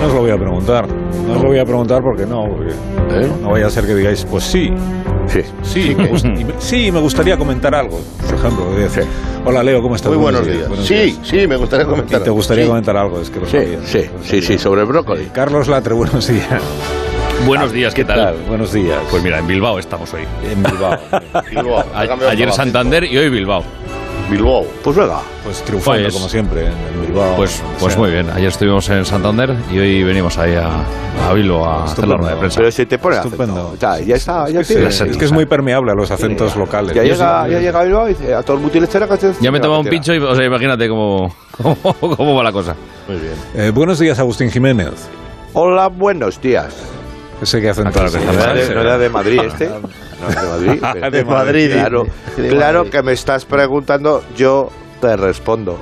no os lo voy a preguntar. No, os lo voy a preguntar porque no. porque ¿Eh? No vaya a ser que digáis, pues sí, Sí. sí, me gust- y me- sí, me gustaría comentar algo. Por ejemplo, de- Sí. hola Leo, ¿cómo estás? Muy buenos días. Sí, sí, me gustaría ¿Y comentar. te gustaría Sí. comentar algo? Es que lo Sí, sabía. sí, Lo sí, sí, sabía. sobre brócoli. Eh, Carlos Latre, buenos días. Buenos días, ¿qué tal? Buenos días. Pues mira, en Bilbao estamos hoy. en Bilbao. Bilbao. A- Ha cambiado ayer el Palacete. Santander y hoy Bilbao. Bilbao. Pues venga. Pues triunfando Pues- como siempre en Bilbao. Pues, O pues sea, muy bien, ayer estuvimos en Santander y hoy venimos ahí a, a Bilbao a hacer la Estupendo. rueda de prensa. Pero se te pone el Estupendo. acento. Ya, ya está, ya Es que, tiene. se- es que es muy permeable a los acentos locales. Ya Yo llega, sí- ya llega Bilbao y dice, a todo el mutilestera que Ya me he tomado un pincho y, o sea, imagínate cómo, cómo, cómo va la cosa. Muy bien. Eh, buenos días, Agustín Jiménez. Hola, buenos días. Ese que acento. Ah, claro que tiene. No está era mal. de, no era de Madrid este. No era de Madrid. pero- De Madrid, Claro, dice. claro que me estás preguntando, yo te respondo.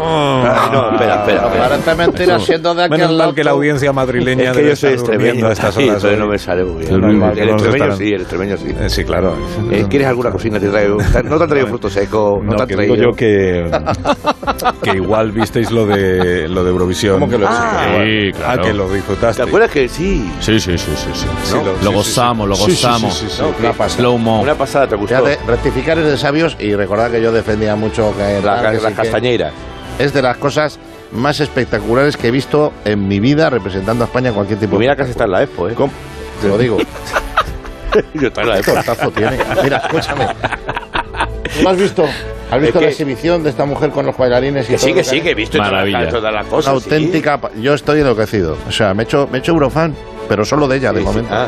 Ah, No, espera, espera. Pero espera. Aparentemente la siendo de aquel Menos mal lado. que la audiencia madrileña Es debe que yo estar soy extremeño. durmiendo a estas sí, horas. ¿eh? entonces hoy. no me sale muy Menos bien. mal que El no nos extremeño estarán- sí, el extremeño sí. Eh, sí, claro. Eh, ¿Quieres alguna cosina? Te traigo. No te han traído fruto seco, no, No, te han que digo traído. yo que, que igual visteis lo de, lo de Eurovisión. ¿Cómo que lo ah, Sí, ah, claro. que lo disfrutaste. ¿Te acuerdas que Eh, sí? Sí, sí, sí, sí. sí. Sí, ¿No? lo- Lo sí, gozamos, lo sí, sí. Sí, sí, gozamos. sí, sí, sí. No, Una que- pasta. Slow-mo. Una pasada, ¿te gustó? Fíjate, rectificar es de sabios y recordad que yo defendía mucho que, La- que sí que las castañeiras. es de las cosas más espectaculares que he visto en mi vida representando a España en cualquier tipo Pues mira de que has estado en la expo, ¿eh? ¿Cómo? Te lo digo. Yo estaba en la ¿Qué expo. tortazo tiene? Mira, escúchame. ¿Tú lo has visto? ¿Has visto Es que- la exhibición de esta mujer con los bailarines? Y Que sí, todo que lo sí, han que he visto todas las- Maravilla. todas las Una cosas. sí. auténtica. pa- Yo estoy enloquecido. O sea, me he hecho, me he hecho eurofan, pero solo de ella de Sí, sí. momento. Ah.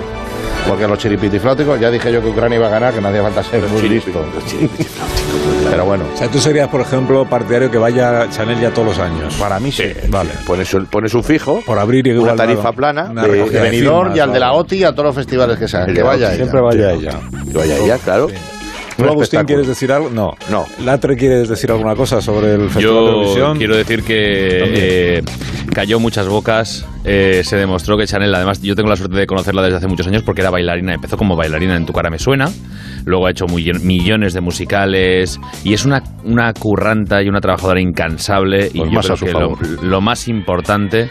Porque los chiripitifláuticos, ya dije yo que Ucrania iba a ganar, que no hacía falta ser muy listo. Pero bueno, O sea, tú serías, por ejemplo, partidario que vaya a Chanel ya todos los años. para mí sí. Vale. Pones un, pones un fijo. Por abrir y igual Una tarifa nada. plana Una de- El recogida de Benidorm firmas, y al de la vale. OTI y a todos los festivales que sean. El Que de la vaya OTI ella. Siempre vaya ella. Yo allá, ya, claro. ¿Tú, Agustín, espectáculo. quieres decir algo? No. No. ¿Latre, quieres decir alguna cosa sobre el Festival de Yo Eurovisión? quiero decir que eh, cayó muchas bocas. eh, se demostró que Chanel, además, yo tengo la suerte de conocerla desde hace muchos años porque era bailarina. Empezó como bailarina en Tu Cara Me Suena. Luego ha hecho muy- millones de musicales. Y es una, una curranta y una trabajadora incansable. Pues y yo más a creo su que lo, lo más importante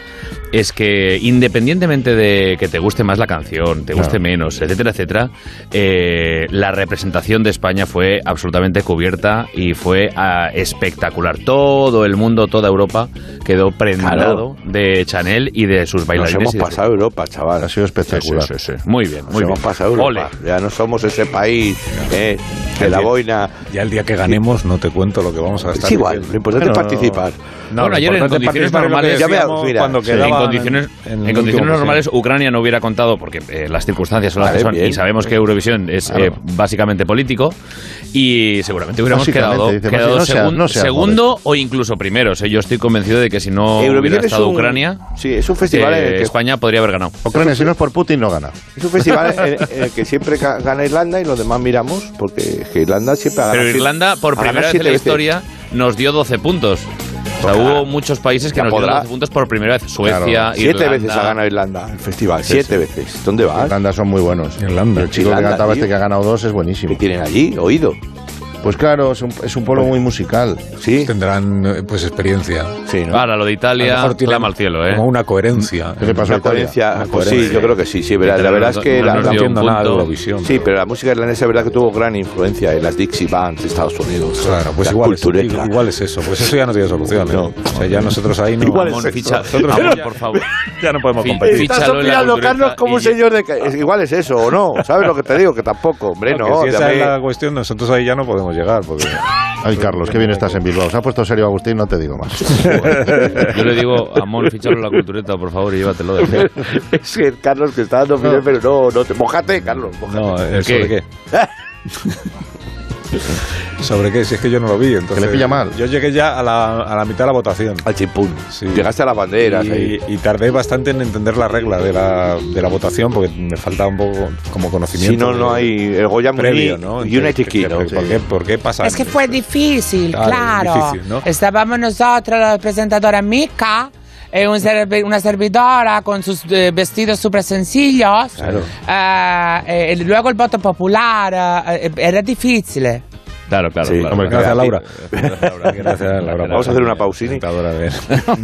es que, independientemente de que te guste más la canción, te guste menos, etcétera, etcétera, eh, la representación de España fue absolutamente cubierta y fue ah, espectacular. Todo el mundo, toda Europa quedó prendado de Chanel y de sus Nos bailarines. hemos y de sus- pasado Europa, chaval. Ha sido espectacular. Sí, sí, sí, sí. Muy bien, Nos muy bien. hemos pasado Europa. Ole. Ya no somos ese país eh, de la Bien. boina. Ya el día que ganemos no te cuento lo que vamos a estar. Es igual, diciendo. lo importante es Bueno, participar. No, bueno, lo ayer en importante es condiciones participar en lo que normales. Ya me- decíamos mira, cuando sí. en quedaban condiciones, en en el condiciones último, normales, sí. Ucrania no hubiera contado porque eh, las circunstancias son las Vale, que son bien. y sabemos que Eurovisión es eh, básicamente político y seguramente hubiéramos Básicamente, quedado, dice, quedado no sea- segun- no sea segundo o incluso primero. O sea, yo estoy convencido de que si no hubiera estado un, Ucrania, Sí, es un eh, festival en el que España podría haber ganado. Ucrania, si no es por Putin, no gana. Es un festival en, en el que siempre ga- gana Irlanda y los demás miramos, porque es que Irlanda siempre ha ganado Pero siete- Irlanda, por ha ganado primera vez en siete la veces. historia, nos dio 12 puntos. O sea, hubo muchos países que Ya nos podrá. dieron 12 puntos por primera vez. Suecia, Claro. Siete Irlanda. veces ha ganado Irlanda el festival, siete veces. ¿Dónde vas? Irlanda son muy buenos. Irlanda. El chico Irlanda, que cantaba tío. este que ha ganado dos es buenísimo. ¿Qué tienen allí? Oído. Pues claro, es un, es un pueblo muy musical. Sí, Pues Tendrán eh, pues experiencia. sí, ¿no? Ahora, lo de A lo Italia mejor tienen clama al cielo, ¿eh? Como una coherencia. ¿Qué le pasó a Una Italia? coherencia, Una pues sí, coherencia. yo creo que sí, sí, verdad, Que la no verdad nos- es que no la, nos No dio entiendo un nada de punto. Eurovisión. sí, pero la música irlandesa es verdad que tuvo gran influencia en las Dixie Bands de Estados Unidos. Claro, pues La igual es, cultureta. igual es eso. Pues eso ya no tiene solución. ¿eh? No. O sea, ya nosotros ahí no. Igual es Ramón, eso. ficha, Nosotros- Ramón, Pero- por favor. Ya no podemos Fi- competir. ficha- Estás Fíchalo en la opinando, cultureta Carlos, como un y- señor de... ca- es- Igual es eso, ¿o no? ¿Sabes lo que te digo? Que tampoco, hombre, Porque no. si esa dame- es la cuestión, nosotros ahí ya no podemos llegar. Porque... Ay, Carlos, qué bien estás en Bilbao. Se ha puesto serio Agustín, no te digo más. Yo le digo, Amón, fichalo en la cultureta, por favor, y llévatelo de fe. Es que el Carlos que está dando opiniones, pero no, no te... Mojate, Carlos, mojate. No, ¿eh, ¿El ¿sobre qué? qué? ¿Sobre qué? Si es que yo no lo vi. Entonces, Que le pilla mal. Yo llegué ya a la, a la mitad de la votación. Al chimpún. Sí. Llegaste a las banderas ahí. Y, y tardé bastante en entender la regla de la, de la votación porque me faltaba un poco como conocimiento. Si no, no hay el Goya previo, Muni ¿no? y un etiquero. ¿por, qué, ¿Por qué pasa? Es que fue difícil, Claro, claro. difícil, Cioè, ¿no? Estábamos nosotros, la presentadora Mica, eh, un servi- una servidora con sus eh, vestidos súper sencillos. Claro. Ah, eh, el- luego el voto popular, eh, eh, era difícil. Claro, claro. Sí. claro. Hombre, gracias, Laura. Gracias, Laura. Vamos a hacer una pausini. Presentadora de-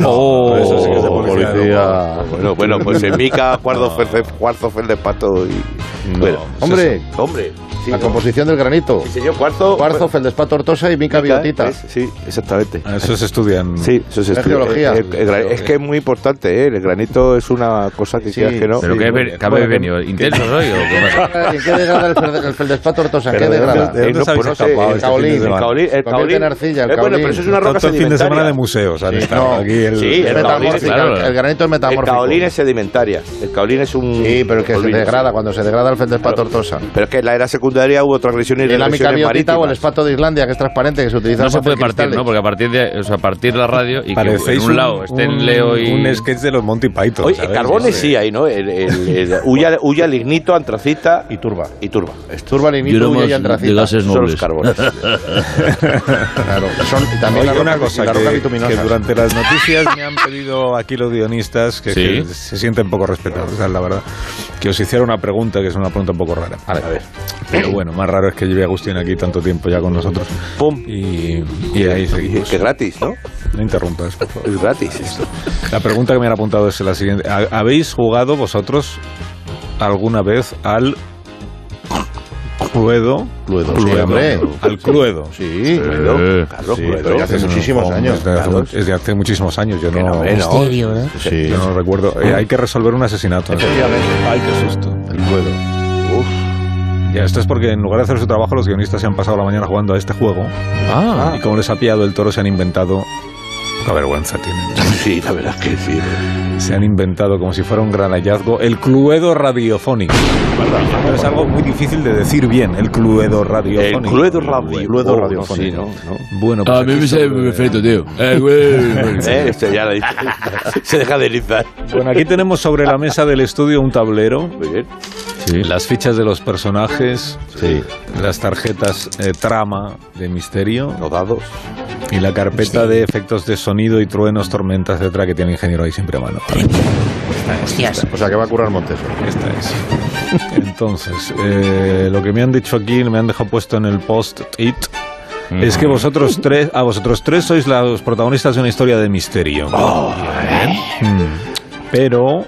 Oh, eso sí que es de Oh, policía. policía. Bueno, bueno, pues en Mica, cuarto Fel- cuarto fel de pato y. Bueno, Hombre, hombre. sí, la ¿no? composición del granito. Sí, señor, cuarzo. Cuarzo, feldespato, ortosa y mica Mica, biotita. es- Sí, exactamente. Ah, Eso se estudia en... Sí, eso se Es estudia. geología. Eh, eh, el gra- es que es muy importante, ¿eh? El granito es una cosa que Sí. quieras que no. ¿Pero Sí, qué, bueno. ve- qué habéis venido? ¿Intensos hoy o qué pasa? ¿En qué degrada el, felde- el feldespato ortosa? ¿En Pero qué de degrada? dónde- Eh, no, os habéis pues no sé, escapado el este caolín, fin de el semana? Caolín, el Convierte caolín. en arcilla, el Eh, bueno, caolín. pero eso es una roca Todo el fin de semana de sedimentaria. museos. han Sí, estado no. aquí el- Sí, Es el caolín, metamórfica, claro. el granito es El metamórfico. caolín es sedimentaria. El caolín es un. Sí, pero es que se polvillo, degrada, sí. cuando se degrada el feldespato ortosa. Pero es que en la era secundaria hubo transgresiones El de mica lesiones biotita o el marítimas. espato de Islandia, que es transparente, que se utiliza No se para puede hacer partir, cristales. ¿no? Porque a partir de o sea, partir la radio y que en Parecéis un lado estén Leo y... un sketch de los Monty Python. Oye, ¿sabes? carbones sí hay, ¿no? El, el- el- huya, huya lignito, antracita Y turba. y turba. Turba, linito, hulla y antracita. Son los carbones. Claro, son y también Oye, la roca- una la cosa roca que, bituminosa. que durante las noticias me han pedido aquí los guionistas que, Sí. que se sienten poco respetados, o sea, la verdad, que os hiciera una pregunta que es una pregunta un poco rara. A ver, a ver. Pero bueno, más raro es que lleve Agustín aquí tanto tiempo ya con nosotros. ¡Pum! Y, y ahí seguimos. Que gratis, ¿no? No interrumpas, por favor. Es gratis esto. La pregunta que me han apuntado es la siguiente. ¿Ha- ¿Habéis jugado vosotros alguna vez al cruedo? Cluedo, sí, hombre. Al cruedo. Sí, Claro, claro, sí, claro. pero ya hace Es un- muchísimos hombre, años. Desde hace, mu- desde hace muchísimos años, yo no, hombre, no. Misterio, ¿no? Sí, yo no lo recuerdo. Eh, hay que resolver un asesinato. ¿no? efectivamente. Ay, qué susto. El Cluedo. Ya, esto es porque en lugar de hacer su trabajo, los guionistas se han pasado la mañana jugando a este juego. Ah, Y como les ha pillado el toro, se han inventado. Qué vergüenza tienen. Sí, la verdad es que sí. se han inventado como si fuera un gran hallazgo el cluedo radiofónico. Pero es algo muy difícil de decir bien, el cluedo radiofónico. El cluedo radio. Cluedo Oh, Sí, radiofónico. ¿no? ¿No? Bueno, pues aquí sobre- tío. Eh, este ya lo dice. Se deja de erizar. bueno, aquí tenemos sobre la mesa del estudio un tablero, Muy bien. las fichas de los personajes, Sí. las tarjetas eh, trama de misterio Los dados. y la carpeta de efectos de sonido y truenos, tormentas, etcétera, que tiene el ingeniero ahí siempre a mano. Hostias. O sea, que va a curar Montes. Esta es. Entonces, eh, lo que me han dicho aquí, me han dejado puesto en el post-it, es que vosotros tres, a vosotros tres sois la- los protagonistas de una historia de misterio. Oh. Mm. Pero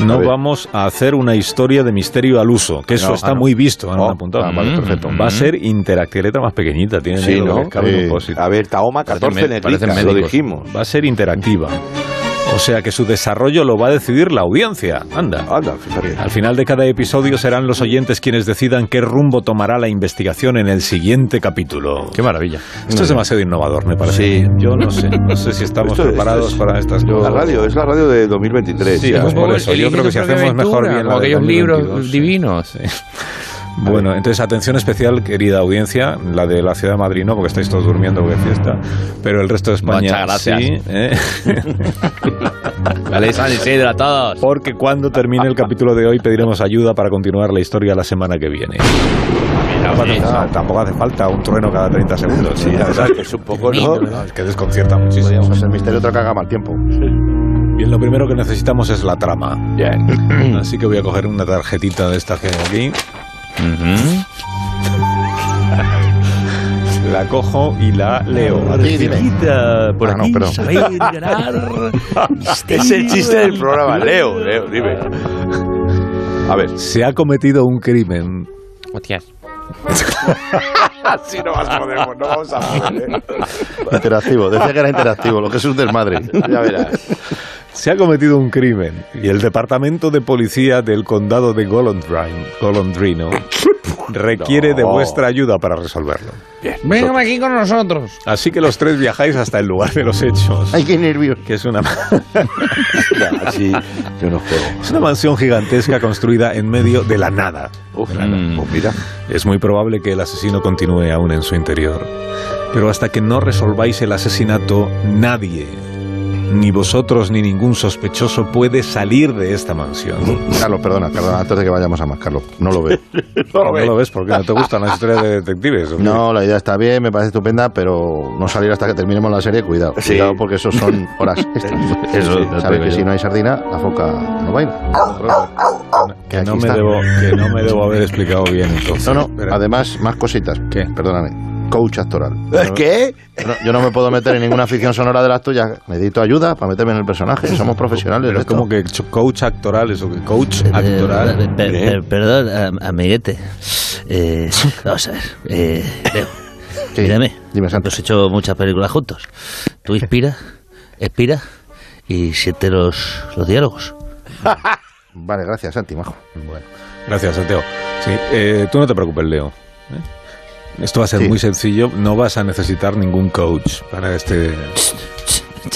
A no ver. vamos a hacer una historia de misterio al uso, que eso No, está ah, no. muy visto. han Oh, apuntado. Mm. ah, vale, perfecto. Va a ser interactiva, letra más pequeñita, tiene Mm. Sí, negro, ¿no? que cabe en un Sí. post-it. A ver, Taoma Parecen 14 me- negrita, parecen lo médicos. dijimos. Va a ser interactiva. O sea que su desarrollo lo va a decidir la audiencia. Anda. Anda, pues, fíjate. Al final de cada episodio serán los oyentes quienes decidan qué rumbo tomará la investigación en el siguiente capítulo. Qué maravilla. Esto es demasiado innovador, me parece. Sí. Yo no sé, no sé si estamos Esto- esto preparados es- para estas La cosas. radio, es la radio de 2023. Sí, ya. pues por eso. El Yo creo que si inicio de hacemos mejor aventura, bien la como de aquellos libros 2022, sí. divinos. Bueno, entonces atención especial, querida audiencia, la de la ciudad de Madrid no, porque estáis todos durmiendo porque es fiesta, pero el resto de España Muchas sí, gracias. ¿eh? Vale, San Isidro a todos. porque cuando termine el capítulo de hoy pediremos ayuda para continuar la historia la semana que viene. Ah, tampoco hace falta un trueno cada 30 segundos. Sí, La verdad es que es un poco, ¿no? No, es que desconcierta muchísimo. Podríamos hacer misterio otra que haga mal tiempo. Bien, lo primero que necesitamos es la trama. Así que voy a coger una tarjetita de esta que hay aquí. La cojo y la leo. Sí, dime. Por Ah, no, aquí perdón. saber ganar. Este Es el chiste del programa. Leo, Leo, dime. A ver. Se ha cometido un crimen. Hostias. Así no vas a poder, no vamos a poder. ¿eh? Interactivo. Decía que era interactivo, lo que es un desmadre. Ya verás. Se ha cometido un crimen y el departamento de policía del condado de Golondrino, Golondrino requiere de No. vuestra ayuda para resolverlo. Vengan aquí con nosotros. Así que los tres viajáis hasta el lugar de los hechos, Ay, qué nervios. que es una Así yo no juego. Es una mansión gigantesca construida en medio de la nada. Uf, Mm. pues mira. Es muy probable que el asesino continúe aún en su interior. Pero hasta que no resolváis el asesinato, nadie, Ni vosotros ni ningún sospechoso puede salir de esta mansión. Carlos, perdona, perdona, antes de que vayamos a más, Carlos, no lo veo. No lo, ves porque no te gustan las historias de detectives. ¿o qué? No, la idea está bien, me parece estupenda, pero no salir hasta que terminemos la serie, cuidado. Sí. Cuidado porque eso son horas extras. Eso, ya te Sabes digo que yo. si no hay sardina, la foca no baila. Que no, aquí me está. debo, que no me debo haber explicado bien entonces. No, no, Espera. además, más cositas. ¿Qué? Perdóname. Coach actoral. ¿Qué? Yo no, yo no me puedo meter en ninguna ficción sonora de las tuyas. Necesito ayuda para meterme en el personaje. Somos profesionales. Pero de es esto. como que cho- coach actoral, eso que coach Eh, eh, actoral. per- per- perdón, am- amiguete. Eh, vamos a ver. Eh, Leo, Sí, mírame. Dime, Santos. Hemos hecho muchas películas juntos. Tú inspiras, expiras y sientes los, los diálogos. Vale, gracias, Santi, majo. Bueno, gracias, Santiago. Sí, eh, tú no te preocupes, Leo. ¿eh? Esto va a ser Sí. muy sencillo. No vas a necesitar ningún coach para este.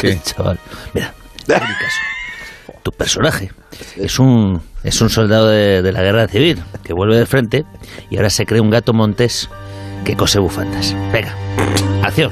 ¿Qué? Chaval, mira, en mi caso, tu personaje es un es un soldado de, de la guerra civil que vuelve de frente y ahora se cree un gato montés que cose bufandas. Venga, acción.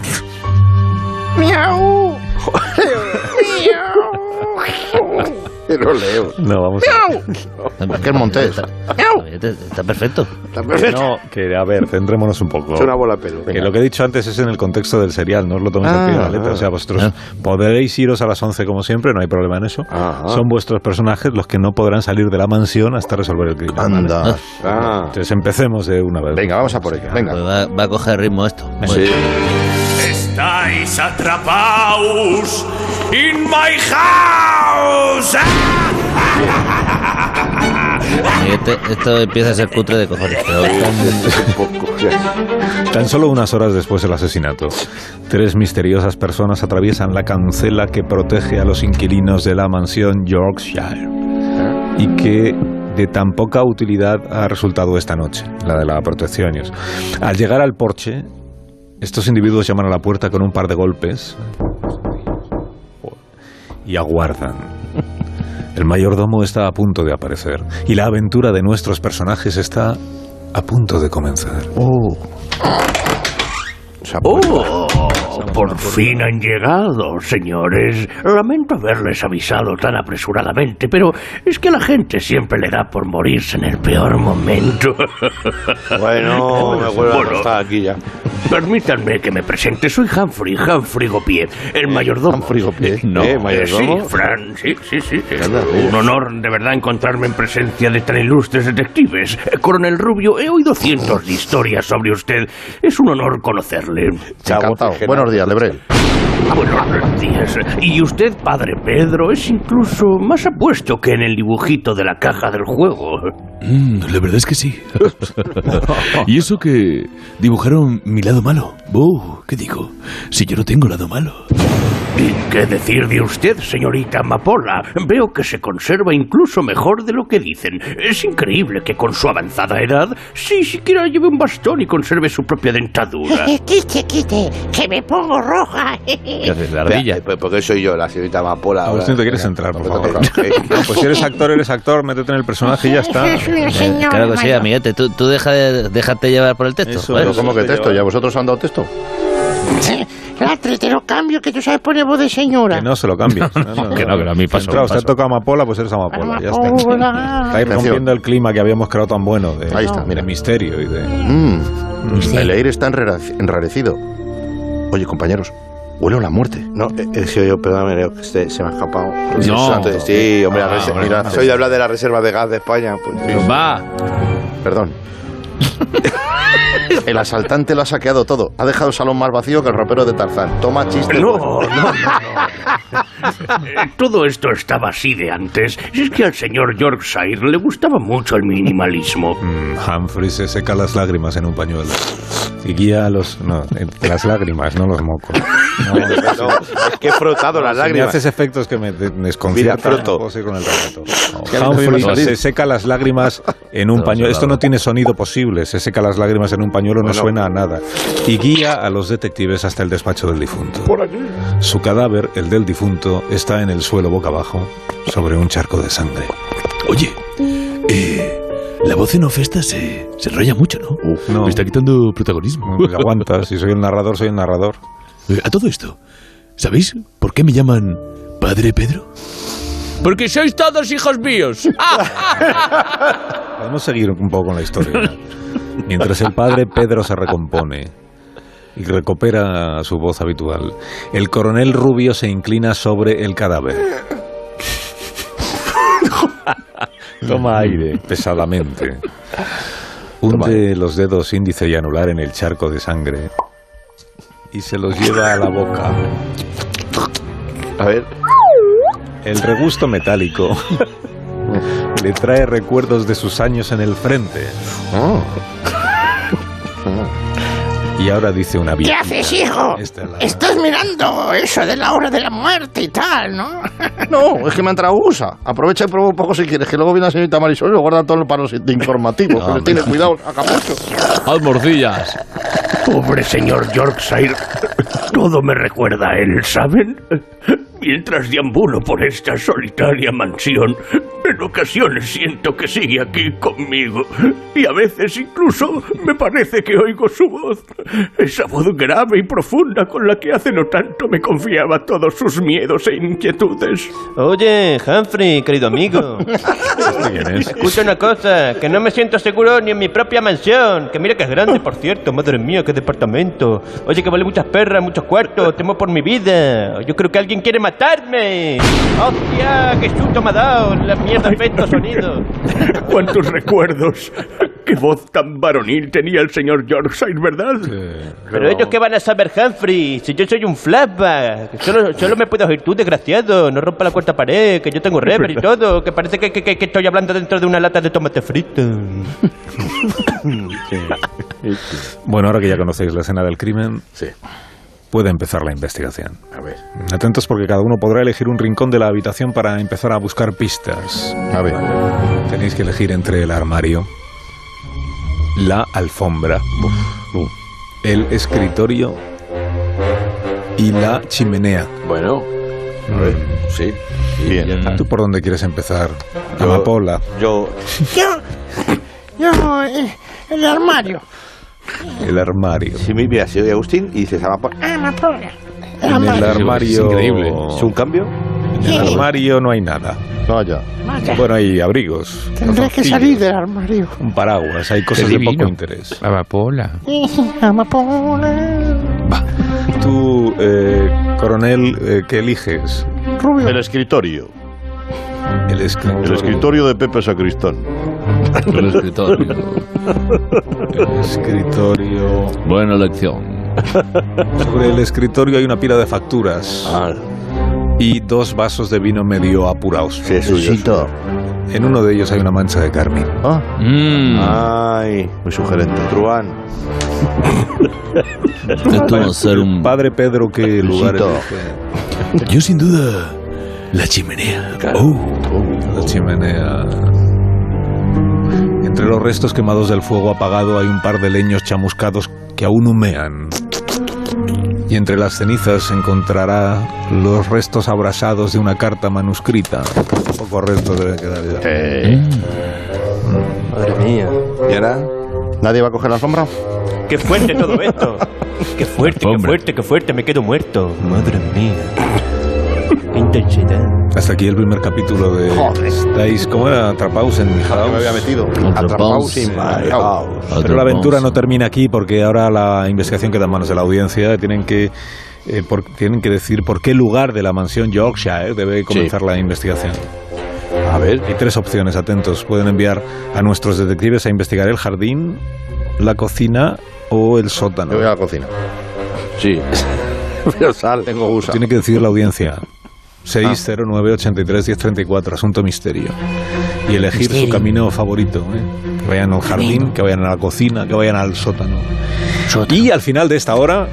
Pero leo. No, vamos a. Aquel Montés. Está, está perfecto. No, que a ver, centrémonos un poco. Es una bola de pelo. Que lo que he dicho antes es en el contexto del serial, no os lo toméis Ah, al pie de la letra. O sea, vosotros Ah. podréis iros a las 11 como siempre, no hay problema en eso. Ajá. Son vuestros personajes los que no podrán salir de la mansión hasta resolver el crimen. ¿vale? Anda. Ah, Entonces empecemos de una vez. Venga, vamos a por ello. Pues Venga. va, va a coger ritmo esto. sí. Estáis atrapados in my house. eh? Amiguete, esto empieza a ser cutre de cojones. pero- un poco. o sea, Tan solo unas horas después del asesinato, tres misteriosas personas atraviesan la cancela que protege a los inquilinos de la mansión Yorkshire y que de tan poca utilidad ha resultado esta noche, la de la protección. Al llegar al porche, estos individuos llaman a la puerta con un par de golpes y aguardan. El mayordomo está a punto de aparecer y la aventura de nuestros personajes está a punto de comenzar. Se ha puesto. Oh, Por fin han llegado, señores. Lamento haberles avisado tan apresuradamente, pero es que a la gente siempre le da por morirse en el peor momento. Bueno, me acuerdo Bueno. está aquí ya. Permítanme que me presente. Soy Humphrey, Humphrey Gopier, el mayordomo. Humphrey Gopier. No, ¿Eh, eh, mayordomo? sí, Fran, sí, sí, sí. Un honor de verdad encontrarme en presencia de tan ilustres detectives. Eh, Coronel Rubio, he oído cientos de historias sobre usted. Es un honor conocerle. Encantado. Buenos días, Lebrel. Buenos días. Y usted, padre Pedro, es incluso más apuesto que en el dibujito de la caja del juego. Mm, la verdad es que sí. y eso que dibujaron mi lado malo. Oh, ¿Qué digo? Si yo no tengo lado malo. ¿Y qué decir de usted, señorita Amapola? Veo que se conserva incluso mejor de lo que dicen. Es increíble que con su avanzada edad, si siquiera lleve un bastón y conserve su propia dentadura. Quite, quite, que me pongo roja. ¿Qué haces, Espera, la ardilla? eh, pues, Porque soy yo, la señorita Amapola. ahora. Agustín, ¿te quieres Venga, entrar, por te favor? toca. Eh, No, pues si eres actor, eres actor, métete en el personaje y ya está. Es una señora. Eh, Claro que sí, mayor. amiguete. Tú, tú deja de- déjate llevar por el texto. Eso, ¿vale? Pero ¿cómo que Eh, texto? ¿Ya vosotros han dado texto? Latre, te lo cambio, que tú sabes poner voz de señora. Que no se lo cambies. Que no, que no, a mí pasó, Entra, usted pasó. toca amapola, pues eres amapola. Ya está. Oh, Amapola. Estáis rompiendo el clima que habíamos creado tan bueno de, Ahí está, de mira. misterio y de. Mm, El aire está enrare- enrarecido. Oye, compañeros, huelo a la muerte. No, eh, eh, soy yo, perdóname, Leo, que se, se me ha escapado. No. Santo, sí, hombre, la Ah, reserva- hombre, mira, no. soy de hablar de la reserva de gas de España. Pues, Va. Perdón. El asaltante lo ha saqueado todo. Ha dejado el salón más vacío que el ropero de Tarzán. Toma chiste. No, bueno. no, no. no. Eh, Todo esto estaba así de antes. Y es que al señor Yorkshire le gustaba mucho el minimalismo. Mm, Humphrey se seca las lágrimas en un pañuelo. Y guía los. No, eh, las lágrimas, no los mocos. No, No, es que he frotado las si me lágrimas. haces efectos que me de- Mira, desconciertan. pronto. no puedo seguir con el relato. Ya me estoy viendo Humphrey salir. se seca las lágrimas en un pañuelo. Esto no tiene sonido posible. Se seca las lágrimas en un pañuelo, no suena a nada. Y guía a los detectives hasta el despacho del difunto. Su cadáver, el del difunto, está en el suelo boca abajo, sobre un charco de sangre. Oye, eh, la voz en ofesta se, se enrolla mucho, ¿no? no. Me está quitando protagonismo. Aguanta, si soy el narrador, soy el narrador. Eh, a todo esto, ¿sabéis por qué me llaman padre, Pedro? Porque sois todos hijos míos. Ah, Podemos seguir un poco con la historia. Mientras el padre Pedro se recompone y recupera su voz habitual, el coronel Rubio se inclina sobre el cadáver. Toma aire. Pesadamente. Hunde los dedos índice y anular en el charco de sangre y se los lleva a la boca. A ver. El regusto metálico le trae recuerdos de sus años en el frente. Oh. Y ahora dice una ¿Qué viejita. haces, hijo? Esta es la- Estás mirando eso de la hora de la muerte y tal, ¿no? No, es que me han traído USA. Aprovecha y prueba un poco si quieres, que luego viene la señorita Marisol y lo guarda todo para los informativos. No, pero hombre. tiene cuidado, acapucho. Haz Ah, morcillas. Pobre señor Yorkshire. Todo me recuerda a él, ¿saben? Mientras deambulo por esta solitaria mansión, en ocasiones siento que sigue aquí conmigo. Y a veces incluso me parece que oigo su voz. Esa voz grave y profunda con la que hace no tanto me confiaba todos sus miedos e inquietudes. Oye, Humphrey, querido amigo. ¿Este Escucha una cosa, que no me siento seguro ni en mi propia mansión. Que mira que es grande, por cierto. Madre mía, qué departamento. Oye, que vale muchas perras, muchos cuartos. Temo por mi vida. Yo creo que alguien quiere matarme. ¡Hostia! ¡Qué susto me ha dado! La mierda efecto sonido. ¿Cuántos recuerdos? ¿Qué voz tan varonil tenía el señor Yorkshire, verdad? Pero ellos qué van a saber, Humphrey, si yo soy un flashback. Solo, solo me puedes oír tú, desgraciado. No rompa la cuarta pared, que yo tengo Es rever y verdad. todo. Que parece que, que- que- que estoy hablando dentro de una lata de tomate frito. Bueno, ahora que ya conocéis la escena del crimen, puede empezar la investigación. A ver. Atentos porque cada uno podrá elegir un rincón de la habitación para empezar a buscar pistas. A ver. Tenéis que elegir entre el armario, la alfombra, uh. el escritorio y la chimenea. Bueno. Sí. Bien. ¿Tú por dónde quieres empezar? Amapola. Yo. Yo. Yo. eh, el armario. El armario. Si me mira, si oye Agustín y dices amapola. Ah, me pone. En En el armario. ¿Es un cambio? En el armario no hay nada. Vaya. Vaya. Bueno, hay abrigos. Tendré que calzoncillos, salir del armario. Un paraguas, hay cosas Qué de divino. poco interés. Amapola. Eh, Amapola. Tú, eh, coronel, eh, ¿qué eliges? Rubio. El escritorio. El escritorio. El escritorio de Pepe Sacristán. El escritorio. El escritorio. Buena elección. Sobre el escritorio hay una pila de facturas. Ah. Y dos vasos de vino medio apurados. En uno de ellos hay una mancha de carmín. Ah. Ay, muy sugerente. Truán. Esto va a ser un. Padre Pedro, ¿qué lugar elige? Yo sin duda la chimenea. Oh, La chimenea. Entre los restos quemados del fuego apagado hay un par de leños chamuscados que aún humean. Y entre las cenizas encontrará los restos abrasados de una carta manuscrita. Poco restos deben quedar ya. Mm. Madre mía. ¿Y ahora? ¿Nadie va a coger la alfombra? ¡Qué fuerte todo esto! ¡Qué fuerte, qué fuerte, qué fuerte! Me quedo muerto. Madre mía. Qué intensidad. Hasta aquí el primer capítulo de. Estáis, ¿cómo era? Atrapaos en mi house. me había metido. Atrapaos en my house. Pero la aventura no termina aquí porque ahora la investigación queda en manos de la audiencia. Tienen que, eh, por- tienen que decir por qué lugar de la mansión Yorkshire eh, debe comenzar la investigación. A ver. Hay tres opciones, atentos. Pueden enviar a nuestros detectives a investigar el jardín, la cocina o el sótano. Yo voy a la cocina. Sí. Pero sal. Tengo gusto. Tiene que decir la audiencia. 609-83-1034, asunto misterio. Y elegir Misterio. su camino favorito. ¿eh? Que vayan al jardín, que vayan a la cocina, que vayan al sótano. Y al final de esta hora,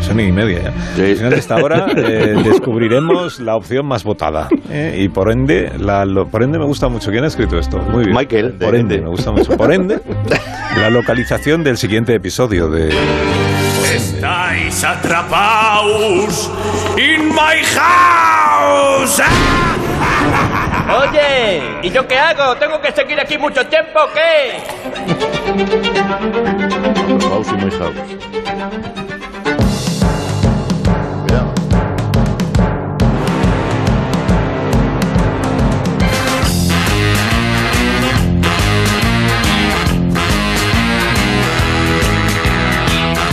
son y media ya. Al final de esta hora eh, descubriremos la opción más votada. ¿eh? Y por ende, la, lo- por ende me gusta mucho. ¿Quién ha escrito esto? Muy bien. Michael. Por ende, me gusta mucho. Por ende, la localización del siguiente episodio de... Estáis atrapados in my house. Oye, ¿y yo qué hago? ¿Tengo que seguir aquí mucho tiempo o qué? House y my house. Cuidado.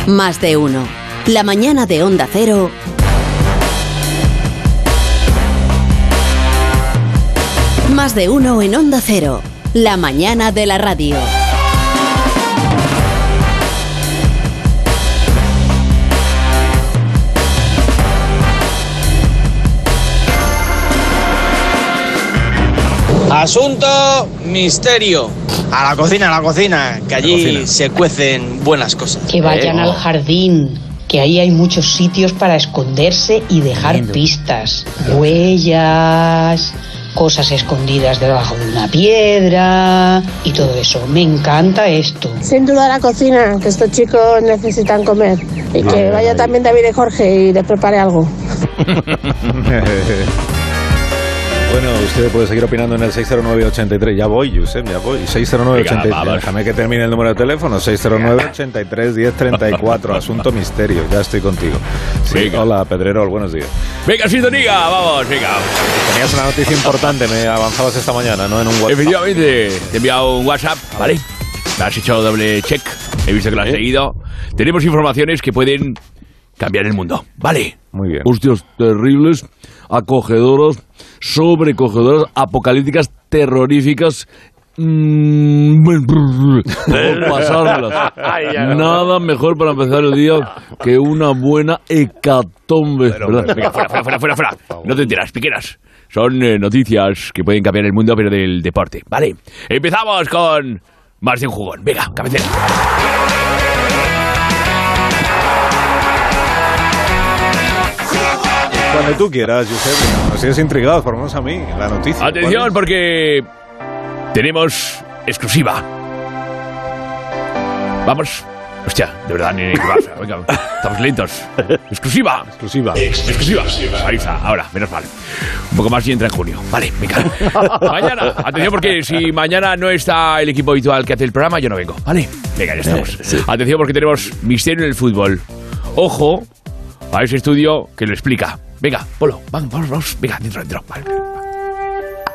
Más de uno. La mañana de Onda Cero Más de uno en Onda Cero. La mañana de la radio. Asunto misterio. A la cocina, a la cocina, que allí se cuecen buenas cosas. Eh, oh. Que vayan al jardín, que ahí hay muchos sitios para esconderse y dejar pistas, huellas, cosas escondidas debajo de una piedra y todo eso. Me encanta esto. Sin duda la cocina, que estos chicos necesitan comer. Y que Ay. vaya también David y Jorge y les prepare algo. Bueno, usted puede seguir opinando en el 609-83. Ya voy, Josep, ya voy. Venga, va, 609-83. va. Déjame que termine el número de teléfono. 609-83-1034. Asunto misterio. Ya estoy contigo. Sí, hola, Pedrerol. Buenos días. Venga, sintonía, vamos, venga. Tenías una noticia importante. Me avanzabas esta mañana, ¿no? En un WhatsApp. Efectivamente, te he enviado un WhatsApp, ¿vale? Has hecho doble check, he visto que lo has seguido. Tenemos informaciones que pueden cambiar el mundo, ¿vale? Muy bien. Hostias terribles, acogedoras, sobrecogedoras, apocalípticas, terroríficas. Mm, por pasármelas. Ay, ya no. Nada mejor para empezar el día que una buena hecatombe. ¿verdad? pero- Venga, fuera, fuera, fuera, fuera, fuera. No te enteras, piqueras. Son eh, noticias que pueden cambiar el mundo, pero del deporte. Vale, empezamos con más de un jugón. Venga, cabecera. Cuando tú quieras, Josep. Nos sigues intrigado, por lo menos a mí, la noticia. Atención, porque tenemos exclusiva. Vamos. Hostia, de verdad, ni ni- venga, estamos lentos. Exclusiva. Exclusiva. Exclusiva. Ahí está, ahora, menos mal. Un poco más y entra en junio. Vale, venga. mañana, atención porque si mañana no está el equipo habitual que hace el programa, yo no vengo. Vale, venga, ya estamos. Atención porque tenemos misterio en el fútbol. Ojo a ese estudio que lo explica. Venga, Polo, vamos, vamos, vamos. Venga, dentro, dentro. Vale.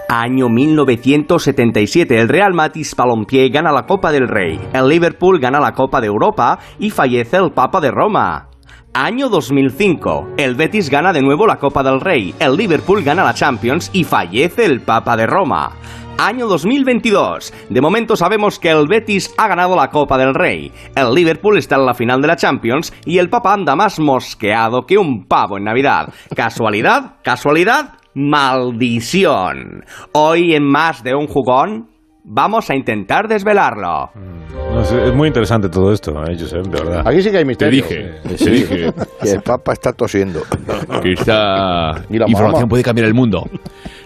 Año 1977, el Real Matis Palompié gana la Copa del Rey, el Liverpool gana la Copa de Europa y fallece el Papa de Roma. Año 2005, el Betis gana de nuevo la Copa del Rey, el Liverpool gana la Champions y fallece el Papa de Roma. Año 2022. De momento sabemos que el Betis ha ganado la Copa del Rey, el Liverpool está en la final de la Champions y el Papa anda más mosqueado que un pavo en Navidad. ¿Casualidad? ¿Casualidad? Maldición. Hoy en más de un jugón vamos a intentar desvelarlo. No, es, es muy interesante todo esto, eh, Josep, de verdad. Aquí sí que hay misterio. Sí. Que el Papa está tosiendo. que esta la información mamá. puede cambiar el mundo.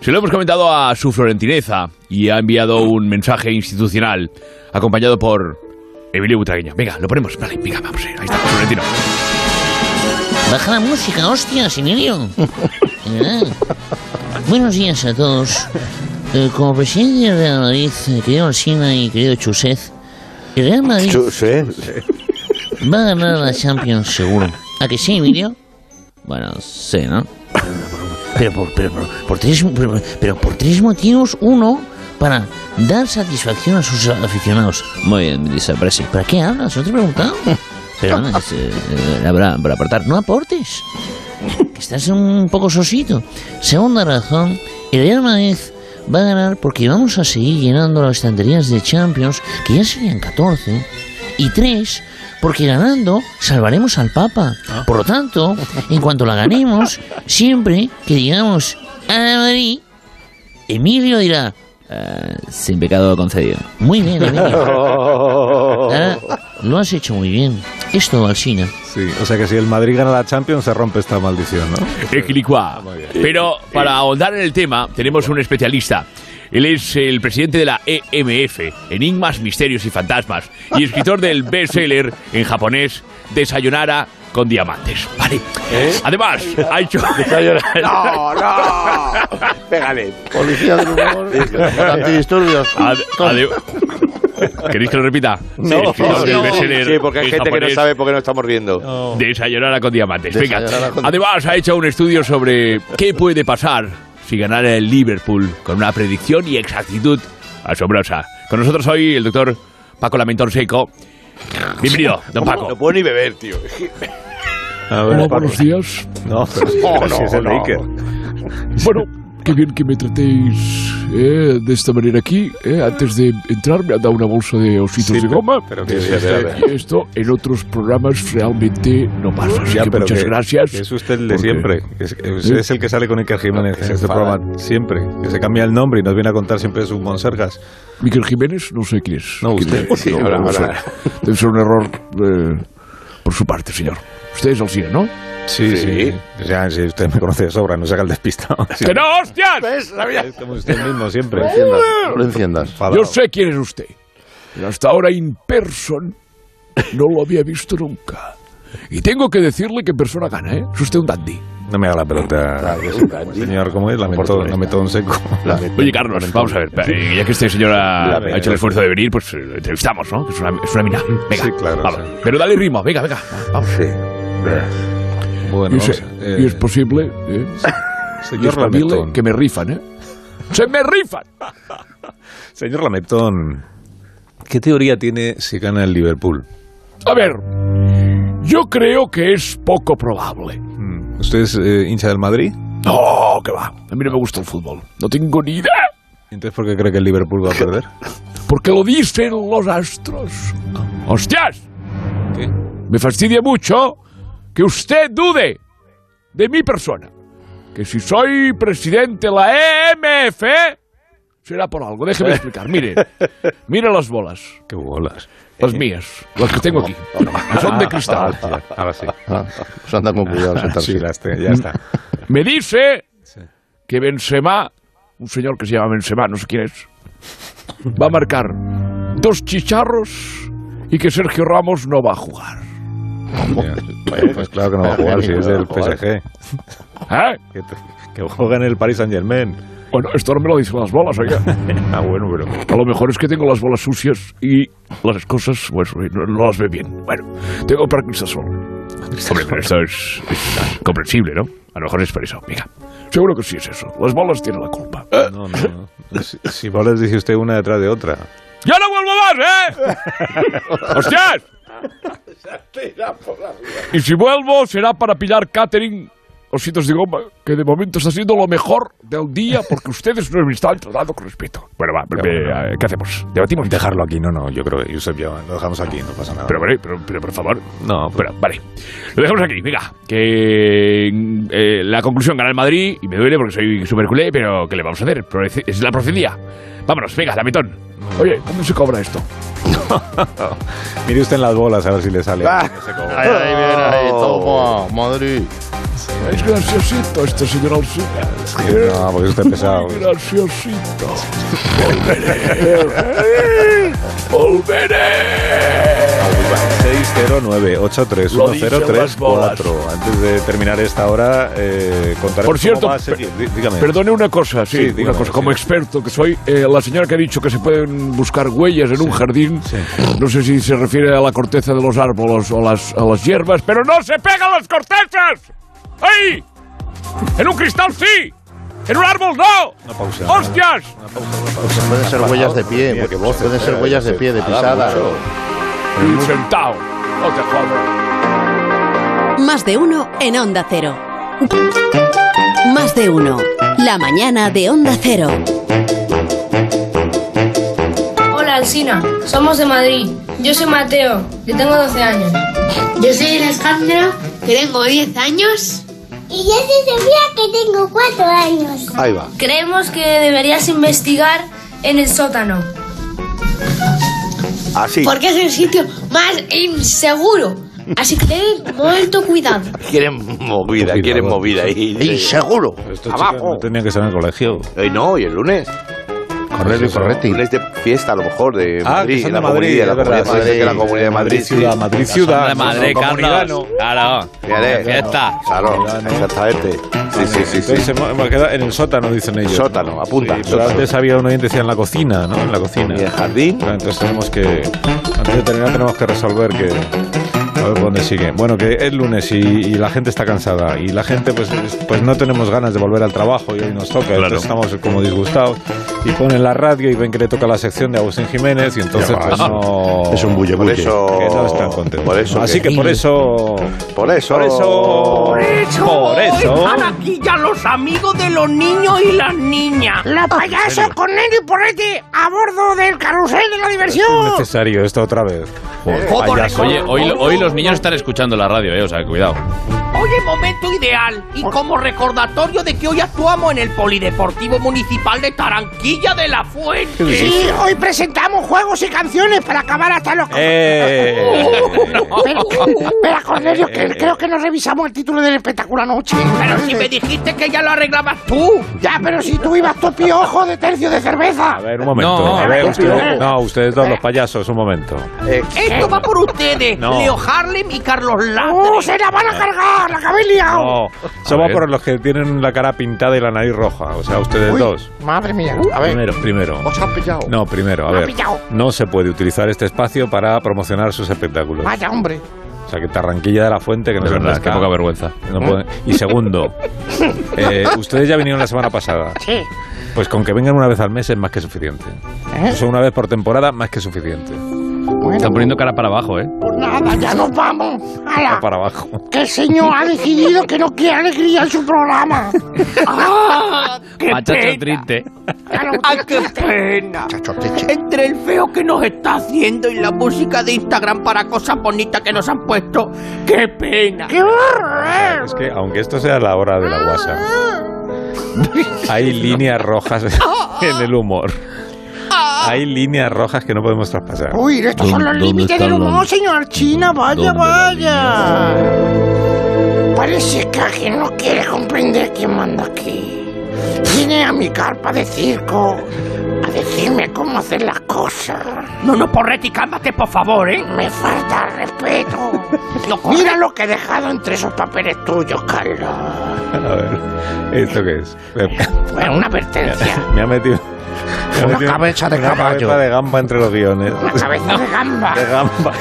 Se lo hemos comentado a su florentineza y ha enviado un mensaje institucional acompañado por Emilio Butragueño. Venga, lo ponemos. Vale, venga, vamos. eh, Ahí está, Florentino. Baja la música, hostia, Emilio. Ah. Buenos días a todos. Eh, como presidente de Real Madrid, eh, querido Alsina y querido Chuset, el Real Madrid va a ganar la Champions seguro. ¿A que sí, Emilio? Bueno, sí, ¿no? Pero por, pero, por- por tres, pero, pero por tres motivos. Uno, para dar satisfacción a sus aficionados. Muy bien, dice Presi. ¿Para qué hablas? ¿No te he preguntado? Pero no, es, eh, eh, habrá para apartar. No aportes. Que estás un poco sosito. Segunda razón, el Real Madrid va a ganar porque vamos a seguir llenando las estanterías de Champions, que ya serían 14. Y tres, porque ganando salvaremos al Papa. Por lo tanto, en cuanto la ganemos, siempre que digamos a Madrid, Emilio dirá... "Ah, sin pecado concedido. Muy bien, Emilio. Ah, lo has hecho muy bien. Esto, Alcina. Sí, o sea que si el Madrid gana la Champions, se rompe esta maldición, ¿no? Ah, Equilicua. Pero para ahondar en el tema, tenemos un especialista. Él es el presidente de la EMF, Enigmas, Misterios y Fantasmas, y escritor del bestseller en japonés, Desayunara con Diamantes. Vale. Además, ha hecho... No, no. Pégale. Policía del humor. Antidisturbios. Ad- ade- ¿Queréis que lo repita? No, Sí, escritor del bestseller Sí, porque hay en gente que no japonés, sabe por qué no estamos riendo. Desayunara con diamantes. Venga. Desayunara con- Además, ha hecho un estudio sobre qué puede pasar si ganara el Liverpool con una predicción y exactitud asombrosa. Con nosotros hoy el doctor Paco Lamentor Seco, Bienvenido, don Paco. No puedo ni beber, tío. A Hola, Paco. buenos días. No, pero si- No, Oh, pero si no, es el de no. Iker. Bueno, qué bien que me tratéis eh, de esta manera aquí. eh. Antes de entrar me han dado una bolsa de ositos Sí, de pero- goma. pero que sí, espera. y esto en otros programas realmente no pasa. Así Ya, que pero muchas que- gracias. que Es usted el de porque- siempre. Es, es- ¿Eh? es el que sale con Iker Jiménez en este enfada. programa siempre. Que se cambia el nombre y nos viene a contar siempre sus monsergas. Miguel Jiménez, no sé quién es. No, usted. ¿Quién es? Sí, No, ahora, no sé. ahora. Debe ser un error eh, por su parte, señor. Usted es Alcina, ¿no? Sí, sí. O sea, si usted me conoce de sobra, no se haga el despistado. Sí. ¡Que no, hostias! Es como usted mismo siempre. Lo enciendas, lo enciendas. Yo sé quién es usted. Pero hasta ahora in person no lo había visto nunca. Y tengo que decirle que en persona gana, ¿eh? Es usted un dandy. No me haga la pelota. Señor, ¿cómo es? Lamentón, lamentón seco. Oye, Carlos, vamos a ver. eh, Ya que este señor ha, ha hecho el esfuerzo de venir, pues eh, lo entrevistamos, ¿no? Que Es una, es una mina. Venga, vamos. Pero dale ritmo, venga, venga. Vamos. Ah, Bueno, y, se- vamos, eh, y es posible, ¿eh? Señor Y es posible Lamentón. que me rifan, ¿eh? ¡Se me rifan! Señor Lamentón, ¿qué teoría tiene si gana el Liverpool? A ver, yo creo que es poco probable. ¿Usted es eh, hincha del Madrid? No, que va. A mí no me gusta el fútbol. No tengo ni idea. Entonces, ¿por qué cree que el Liverpool va a perder? Porque lo dicen los astros. ¡Hostias! Me fastidia mucho que usted dude de mi persona. Que si soy presidente de la EMF, será por algo. Déjeme explicar. Mire, mire las bolas. ¿Qué bolas? Ah, Las mías, las que tengo aquí. que Son de cristal. Ahora sí. Se Ah, pues anda con cuidado. sentarse. Sí, las te- ya está. Me dice que Benzema, un señor que se llama Benzema, no sé quién es, va a marcar dos chicharros y que Sergio Ramos no va a jugar. Bueno, pues claro que no va a jugar si es del PSG. ¿Eh? Que, que juega en el Paris Saint Germain. Bueno, esto no me lo dicen las bolas, oiga. ah, bueno, pero. A lo mejor es que tengo las bolas sucias y las cosas, pues, eh, no, no las ve bien. Bueno, tengo Parkinson. Hombre, pero esto es, es comprensible, ¿no? A lo mejor es por eso. Venga. Seguro que sí es eso. Las bolas tienen la culpa. No, no, no. Si, si bolas dice usted una detrás de otra. ¡Ya no vuelvo ¿eh? Eh, más, eh! ¡Hostias! Y si vuelvo será para pillar catering, ositos de goma, que de momento está siendo lo mejor del día porque ustedes no me están tratando con respeto. Bueno, va, eh, eh, ¿qué hacemos? ¿Debatimos? Dejarlo aquí, no, no, yo creo que Josep ya lo dejamos aquí, no pasa nada. Pero, vale, pero, pero por favor. No, pero vale. Lo dejamos aquí, venga. Que eh, la conclusión gana el Madrid y me duele porque soy super culé, pero ¿qué le vamos a hacer? Pro- Es la profecía. Vámonos, venga, lamentón. Oye, ¿cómo se cobra esto? Mire usted en las bolas a ver si le sale. Ah. Ahí, ahí, bien, ahí, Oh. toma, Madrid. Es graciosito este señor Alcina. No, porque usted es pesado. Graciosito. Volveré. Volveré. 609-831-034. Antes de terminar esta hora, eh, contaré Por cierto, cómo va a ser- per- dí- dígame. perdone una cosa, sí, Sí, una dígame, cosa. Como experto que soy, eh, la señora que ha dicho que se pueden buscar huellas en un jardín, no sé si se refiere a la corteza de los árboles o las, a las hierbas, pero no se pegan las cortezas. ¡Ay! En un cristal sí, en un árbol no. pausa. ¡Hostias! Pues Pueden oh, ser huellas de pie, porque pueden ser huellas de pie, de pisada. Y oh, sentado. No te jodas. Más de uno en Onda Cero. Más de uno. La mañana de Onda Cero. Hola Alsina, somos de Madrid. Yo soy Mateo, que tengo 12 años. Yo soy Alejandra, que tengo 10 años. Y yo soy Sofía, que tengo 4 años. Ahí va. Creemos que deberías investigar en el sótano. Así. Porque es el sitio más inseguro. Así que ten mucho cuidado. oh. Quieren movida, quieren movida. Y, Inseguro. Estos chicos no tenían que estar en el colegio. Eh, no, y el lunes. Correcto, correcto. Lunes de fiesta, a lo mejor, de Ah, que Madrid. son de la Madrid, comunidad, la es verdad, comunidad, Madrid, parece que la comunidad de Madrid, Madrid. sí. ciudad, Madrid, ciudad. Son La Madrid, comunidad, Carlos. ¿no? Claro. Fíjate, Fiesta. Claro, exactamente. este. Sí, sí, sí. sí. Entonces hemos, hemos quedado en el sótano, dicen ellos. Sótano, apunta, Sí, pero sótano. antes había uno y decía en la cocina, ¿no? En la cocina. Y el jardín. entonces tenemos que. Antes de terminar, tenemos que resolver que. A ver por dónde sigue. Bueno, que es lunes y, y la gente está cansada. Y la gente, pues, es- pues no tenemos ganas de volver al trabajo y hoy nos toca. Entonces estamos como disgustados. y ponen la radio y ven que le toca la sección de Agustín Jiménez y entonces Ya va, pues, es un- no... es un bulle, Por bulle. eso... Que no están contentos. Oh. Por eso Así que- que, por eso... Por eso. Por eso... Por eso. Por eso... Están aquí ya los amigos de los niños y las niñas. Ah, La payasa con Nelly Porretti a bordo del carrusel de la Es diversión. necesario esto otra vez. Joder, Joder, payaso. Oye, hoy, hoy los niños están escuchando la radio, eh, o sea, cuidado. Oye, momento ideal y como recordatorio de que hoy actuamos en el Polideportivo Municipal de Taranquilla de la Fuente. Sí, hoy presentamos juegos y canciones para acabar hasta los... Eh. Pero, pero, Cornelio, que- creo que no revisamos el título del espectáculo anoche. Pero si me dijiste que ya lo arreglabas tú. Ya, pero si tú ibas tu piojo de tercio de cerveza. A ver, un momento. No, a ver, no, usted- no. no, ustedes dos, los payasos, un momento. Esto va por ustedes, No. Leo Harlem y Carlos Latre. ¡No, Eh. se la van a cargar! ¡La que habéis liado! No, somos por los que tienen la cara pintada y la nariz roja. O sea, ustedes dos. Madre mía, a ver. Primero, primero. Os han pillado. No, primero, a Me ha ver. pillado. No se puede utilizar este espacio para promocionar sus espectáculos. Vaya, hombre. O sea, que Tarranquilla de la Fuente, que no De es verdad, qué poca vergüenza. Y segundo, eh, ustedes ya vinieron la semana pasada. Sí. Pues con que vengan una vez al mes es más que suficiente. ¿Eh? O sea, una vez por temporada, más que suficiente. Están poniendo cara para abajo, ¿eh? Pues nada, ya nos vamos. ¡Hala! Para abajo. Que el señor ha decidido que no quiere alegría en su programa. ¡Ah! Machacho triste. ¡Ay, qué pena! Entre el feo que nos está haciendo y la música de Instagram para cosas bonitas que nos han puesto, ¡qué pena! ¡Qué horror! Es que, aunque esto sea la hora de la guasa, hay líneas rojas en el humor. Hay líneas rojas que no podemos traspasar. Ah. Uy, estos son los límites del humor, señor China. Vaya, ¿Dónde la vaya. Parece que alguien no quiere comprender quién manda aquí. Viene a mi carpa de circo a decirme cómo hacer las cosas. No, no, Porretti, cálmate, por favor, ¿eh? Me falta respeto. Mira lo que he dejado entre esos papeles tuyos, Carlos. A ver, ¿esto qué es? Fue una advertencia. Me ha metido. me ha Una metido cabeza de una caballo. cabeza de gamba entre los guiones. La cabeza de gamba. De gamba.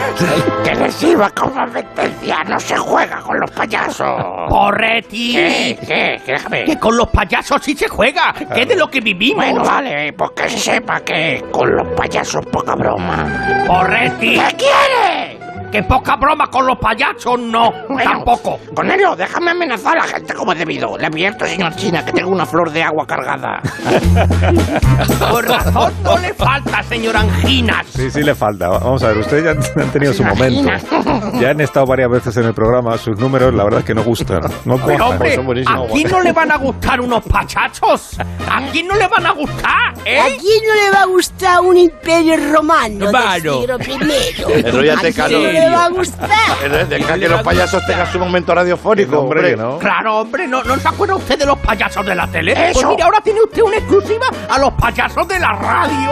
Que les iba como advertencia. No se juega con los payasos. Porretti. ¿Qué? ¿Qué? ¿Qué? Déjame. Que con los payasos sí se juega, que es de lo que vivimos. Bueno, vale, pues que sepa que con los payasos poca broma. Porretti. ¿Qué quiere? Que poca broma con los payasos, no. Tampoco. Cornelio, déjame amenazar a la gente como he debido. Le advierto, señor China, que tengo una flor de agua cargada. Por razón no le falta, señor Anginas. Sí, sí, le falta. Vamos a ver, ustedes ya han tenido su momento. Ya han estado varias veces en el programa. Sus números, la verdad es que no gustan. No Pero cuajan. hombre, ¿a quién no le van a gustar unos pachachos? ¿A quién no le van a gustar? ¿Eh? ¿A quién no le va a gustar un imperio romano Claro. del siglo primero? Eso ya ¿A te quién calo. no le va a gustar? Entonces, deja que los payasos tengan su momento radiofónico, hombre. Claro, hombre, ¿no, ¿no se acuerda usted de los payasos de la tele? Pues Eso. mira, ahora tiene usted una exclusiva a los payasos de la radio.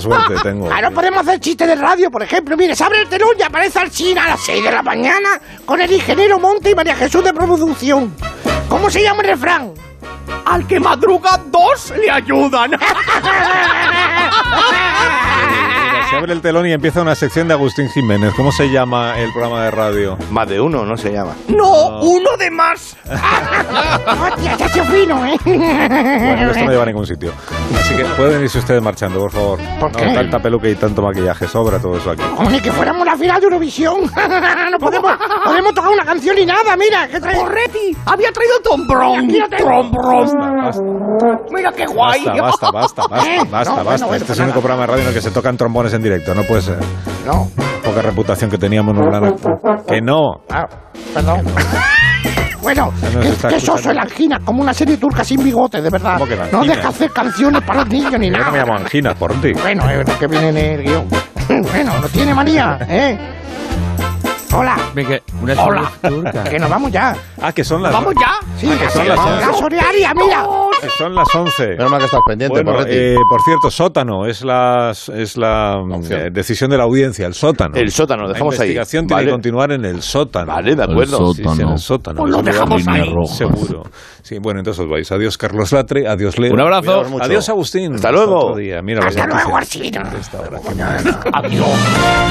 suerte tengo. Ahora podemos hacer chistes de radio, por ejemplo. Mire, se abre el telón y aparece al China a las 6 de la mañana con el ingeniero Monte y María Jesús de producción. ¿Cómo se llama el refrán? Al que madruga dos le ayudan. Se abre el telón y empieza una sección de Agustín Jiménez. ¿Cómo se llama el programa de radio? Más de uno, no se llama. No, uno de más. Hostia, ya se fino, ¿eh? Bueno, esto no lleva a ningún sitio. Así que pueden irse ustedes marchando, por favor. no, qué? tanta peluca y tanto maquillaje, sobra todo eso aquí. Hombre, que fuéramos la final de Eurovisión. no podemos, podemos tocar una canción ni nada, mira. Que trae... ¡Correpi! Había traído Tombrón. Mira qué guay. Basta, basta, basta, basta, Eh, basta, no, basta. bueno, bueno, este es pues nada. el único programa de radio en el que se tocan trombones en directo, no puede ser. No. Poca reputación que teníamos, nos van a- Que no. Ah, Perdón. Bueno, Ya nos es está que escuchando. soy la angina, como una serie turca sin bigote, de verdad. ¿Cómo que la no angina? deja hacer canciones para los niños ni Yo no nada. me llamo Angina, por ti. ah, Bueno, es verdad que viene en el guión. bueno, no tiene manía, ¿eh? Hola. Hola. Que nos vamos ya. Ah, que son las. ¿Vamos ya? Sí, Ah, que son las vamos ya, 11. Sorearia, mira. Que son las 11. Menos mal que estás pendiente, Bueno, Porretti. eh, por cierto, sótano es la, es la eh, decisión de la audiencia, el sótano. El sótano, dejamos la ahí. investigación tiene Vale. que continuar en el sótano. Vale, de acuerdo. Sí, sí, en el sótano. Pues lo Seguro. dejamos ahí. Seguro. Sí, bueno, entonces os vais. Adiós, Carlos Latre. Adiós, Leo. Un abrazo. Cuidaos pues mucho. Adiós, Agustín. Hasta luego. Hasta luego, Archino. Adiós.